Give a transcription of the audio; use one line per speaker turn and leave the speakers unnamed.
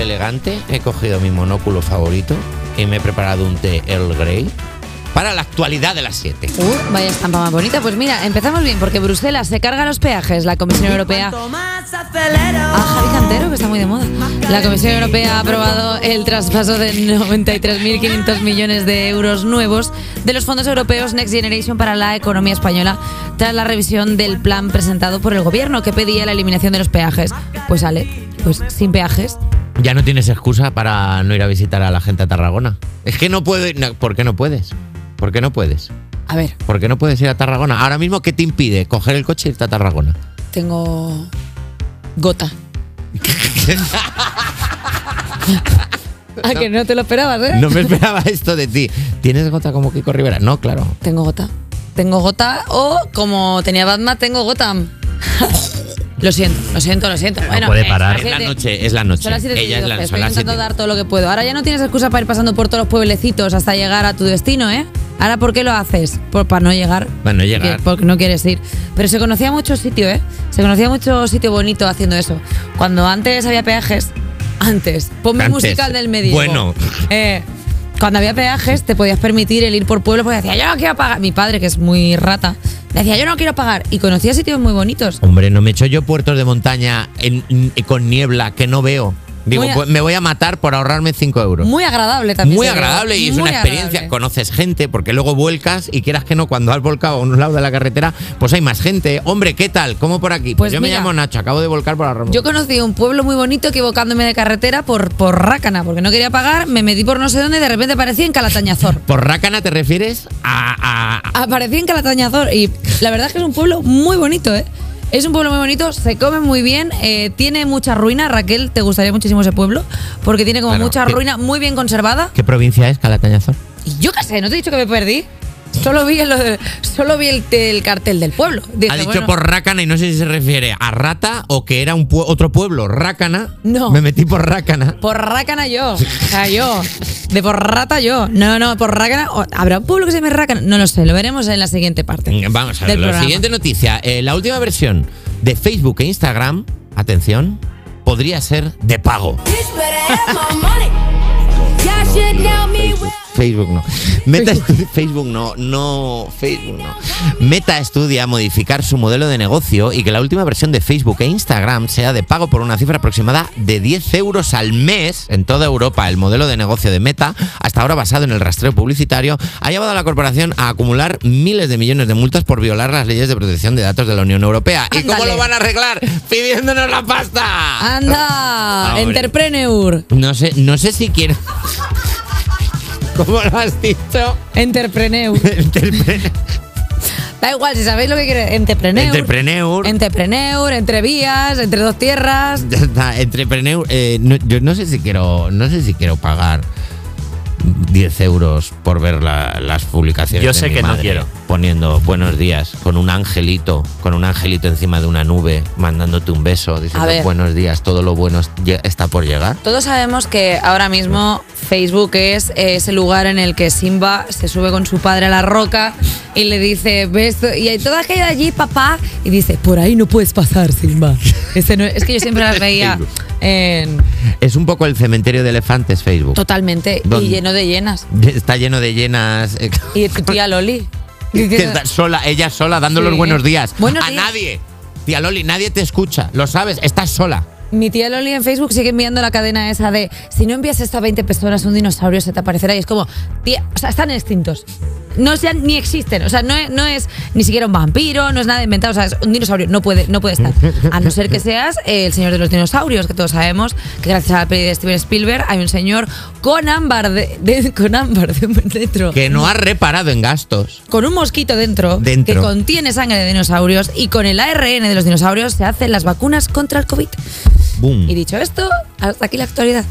elegante, he cogido mi monóculo favorito y me he preparado un té Earl Grey para la actualidad de las 7.
Uh, vaya estampa más bonita. Pues mira, empezamos bien porque Bruselas se carga los peajes, la Comisión Europea. Ah, Javi Cantero, que está muy de moda. La Comisión Europea ha aprobado el traspaso de 93.500 millones de euros nuevos de los fondos europeos Next Generation para la economía española tras la revisión del plan presentado por el gobierno que pedía la eliminación de los peajes. Pues Ale, pues sin peajes.
Ya no tienes excusa para no ir a visitar a la gente a Tarragona. Es que no puedo ir. no, ¿Por qué no puedes? ¿Por qué no puedes?
A ver,
¿Por qué no puedes ir a Tarragona? Ahora mismo, ¿qué te impide coger el coche e irte a Tarragona?
tengo gota. Ah, que no te lo esperabas, ¿eh?
No me esperaba esto de ti. ¿Tienes gota como Kiko Rivera? No, claro.
Tengo gota. Tengo gota o, como tenía Batman, tengo Gotham. lo siento, lo siento, lo siento. Bueno, eh,
puede
es
parar.
las
Es la
siete.
noche, es la noche.
Son las siete y
Ella es la-
doce.
son
Estoy
las
intentando
siete.
dar todo lo que puedo. Ahora ya no tienes excusa para ir pasando por todos los pueblecitos hasta llegar a tu destino, ¿eh? Ahora, ¿por qué lo haces? Por, para no llegar.
Para no llegar.
Porque, porque no quieres ir. Pero se conocía mucho sitio, ¿eh? Se conocía mucho sitio bonito haciendo eso. Cuando antes había peajes, antes. Ponme
Antes.
musical del medio.
Bueno.
Eh, cuando había peajes, te podías permitir el ir por pueblos porque decía, yo no quiero pagar. Mi padre, que es muy rata, decía, yo no quiero pagar. Y conocía sitios muy bonitos.
Hombre, no me echo yo puertos de montaña en- en- con niebla que no veo. Digo,
Muy a-
pues, me voy a matar por ahorrarme 5 euros.
Muy agradable también.
Muy
se llevaba.
agradable y es
Muy
una experiencia.
agradable.
Conoces gente, porque luego vuelcas y quieras que no, cuando has volcado a un lado de la carretera, pues hay más gente. Hombre, ¿qué tal? ¿Cómo por aquí?
Pues
yo me
mira,
llamo Nacho, acabo de volcar por la Roma.
Yo conocí un pueblo muy bonito equivocándome de carretera por, por Rácana, porque no quería pagar, me metí por no sé dónde y de repente aparecí en Calatañazor.
¿Por Rácana te refieres a, a- a-
Aparecí en Calatañazor y la verdad es que es un pueblo muy bonito, ¿eh? Es un pueblo muy bonito, se come muy bien, eh, tiene mucha ruina. Raquel, te gustaría muchísimo ese pueblo, porque tiene como
Claro,
mucha
que-
ruina muy bien conservada.
¿Qué provincia es Calatañazor?
Y yo qué sé, no te he dicho que me perdí. Solo vi, lo de- solo vi el, el cartel del pueblo. Dije,
ha dicho
bueno,
por Rácana y no sé si se refiere a Rata o que era un pue- otro pueblo. Rácana.
No.
Me metí por Rácana.
Por rácana yo. O sea, yo. De por rata yo. No, no, por rácana. o- ¿Habrá un pueblo que se llame rácana? No lo sé, lo veremos en la siguiente parte.
Mm, Vamos a
Del
ver, la
programa.
siguiente noticia. Eh, la última versión de Facebook e Instagram, atención, podría ser de pago. Facebook no. Meta estu- Facebook no, no, Facebook no. Meta estudia modificar su modelo de negocio y que la última versión de Facebook e Instagram sea de pago por una cifra aproximada de 10 euros al mes en toda Europa. El modelo de negocio de Meta, hasta ahora basado en el rastreo publicitario, ha llevado a la corporación a acumular miles de millones de multas por violar las leyes de protección de datos de la Unión Europea. ¿Y cómo
Ándale.
lo van a arreglar? Pidiéndonos la pasta.
¡Anda!
Hombre.
Entrepreneur.
No sé, no sé si quiero. ¿Cómo lo has dicho?
Entrepreneur.
Entrepreneur.
Da igual, si sabéis lo que quiere. Entrepreneur.
Entrepreneur.
Entrepreneur, entre vías, entre dos tierras.
Ya está, Ah, entrepreneur. Eh, no- yo no sé si quiero. No sé si quiero pagar 10 euros por ver la- las publicaciones.
Yo
de
sé
mi
que no
madre
quiero.
Poniendo buenos días con un angelito, con un angelito encima de una nube, mandándote un beso, diciendo
A ver.
buenos días, todo lo bueno lle- está por llegar.
Todos sabemos que ahora mismo Facebook es eh, ese lugar en el que Simba se sube con su padre a la roca y le dice, ves, to- y hay toda aquella allí, papá, y dice, por ahí no puedes pasar, Simba. Ese no- es que yo siempre las veía en-
Es un poco el cementerio de elefantes, Facebook.
totalmente
¿Dónde?
y lleno de llenas.
Está lleno de llenas. eh,
Y tu tía Loli.
que está sola, ella sola, dando los
Sí.
buenos días.
Buenos
a
días.
nadie. Tía Loli, nadie te escucha. Lo sabes, estás sola.
Mi tía Loli en Facebook sigue enviando la cadena esa de si no envías estas 20 personas, un dinosaurio se te aparecerá. Y es como, tía, o sea, están extintos. No sean, ni existen. O sea, no es, no es ni siquiera un vampiro, no es nada inventado. O sea, es un dinosaurio no puede, no puede estar. A no ser que seas eh, el señor de los dinosaurios, que todos sabemos que gracias a la peli de Steven Spielberg hay un señor con ámbar de, de- con ámbar de- dentro.
Que no ha reparado en gastos.
Con un mosquito dentro,
Dentro.
que contiene sangre de dinosaurios y con el ARN de los dinosaurios se hacen las vacunas contra el COVID.
Boom.
Y dicho esto, hasta aquí la actualidad.